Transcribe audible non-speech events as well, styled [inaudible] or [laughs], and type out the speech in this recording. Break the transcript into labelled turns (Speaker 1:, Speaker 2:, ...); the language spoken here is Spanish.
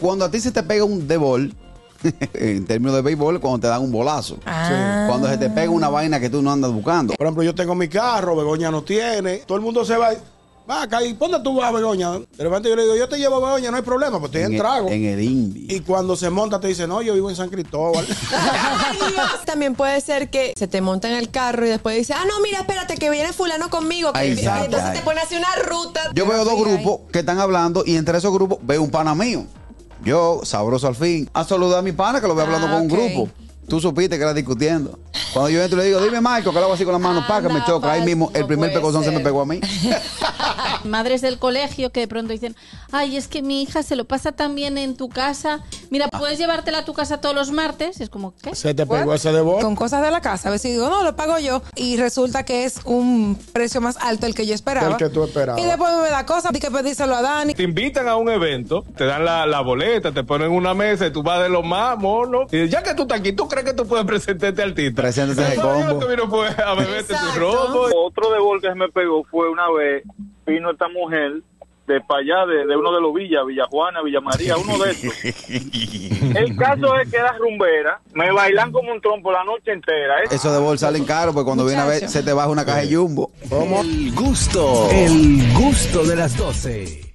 Speaker 1: Cuando a ti se te pega un de bol, [laughs] en términos de béisbol, cuando te dan un bolazo.
Speaker 2: Ah.
Speaker 1: Cuando se te pega una vaina que tú no andas buscando.
Speaker 3: Por ejemplo, yo tengo mi carro, Begoña no tiene. Todo el mundo se va. y, Va acá y ¿dónde tú vas, Begoña? De repente yo le digo, yo te llevo a Begoña, no hay problema, pues te
Speaker 1: En
Speaker 3: en
Speaker 1: el-
Speaker 3: trago.
Speaker 1: En el indie.
Speaker 3: Y cuando se monta te dice, no, yo vivo en San Cristóbal.
Speaker 2: También puede ser que se te monta en el carro y después dice, ah, no, mira, espérate, que viene fulano conmigo. que-
Speaker 1: Ay,
Speaker 2: y
Speaker 1: ay,
Speaker 2: entonces
Speaker 1: ay.
Speaker 2: te pone así una ruta.
Speaker 1: Yo veo dos
Speaker 2: Ay, ay.
Speaker 1: grupos que están hablando y entre esos grupos veo un pana mío. Yo, sabroso al fin, a saludar a mi pana que lo veo hablando
Speaker 2: Ah,
Speaker 1: con
Speaker 2: ok.
Speaker 1: un grupo. Tú supiste que era discutiendo. Cuando yo entro y le digo, dime, Michael, que lo hago así con las manos, para que me
Speaker 2: Anda,
Speaker 1: choca. Ahí
Speaker 2: pal,
Speaker 1: mismo, el
Speaker 2: Ah, no
Speaker 1: primer
Speaker 2: puede
Speaker 1: pecozón se me
Speaker 2: ser.
Speaker 1: pegó a
Speaker 2: [laughs]
Speaker 1: mí.
Speaker 4: [laughs] madres del colegio que de pronto dicen, ay, es que mi hija se lo pasa tan bien en tu casa. Mira, puedes llevártela a tu casa todos los martes. Es como, ¿qué?
Speaker 3: se te pegó ese de vos.
Speaker 5: Con cosas de la casa. A veces digo, no, lo pago yo. Y resulta que es un precio más alto el que yo esperaba.
Speaker 3: Del que tú esperabas.
Speaker 5: Y después me da cosa, y que pedírselo a Dani.
Speaker 6: Te invitan a un evento, te dan la, la boleta, te ponen una mesa y tú vas de lo más mono. Y ya que tú estás aquí, ¿tú crees que tú puedes [laughs] presentarte al tita?
Speaker 1: Preséntate al
Speaker 6: Pero yo
Speaker 1: combo.
Speaker 6: no te vino, pues, a beberte tu
Speaker 2: Exacto.
Speaker 6: robo.
Speaker 7: Otro de gol que se me pegó fue una vez, vino esta mujer de para allá, de, de uno de los villas, Villajuana, Villa María, uno de esos. El caso es que era rumbera, me bailan como un trompo la noche entera. ¿eh?
Speaker 1: Eso de bolsa salen caro, porque cuando viene a ver,
Speaker 5: Muchacho.
Speaker 1: se te baja una caja de jumbo.
Speaker 8: El gusto, el gusto de las 12.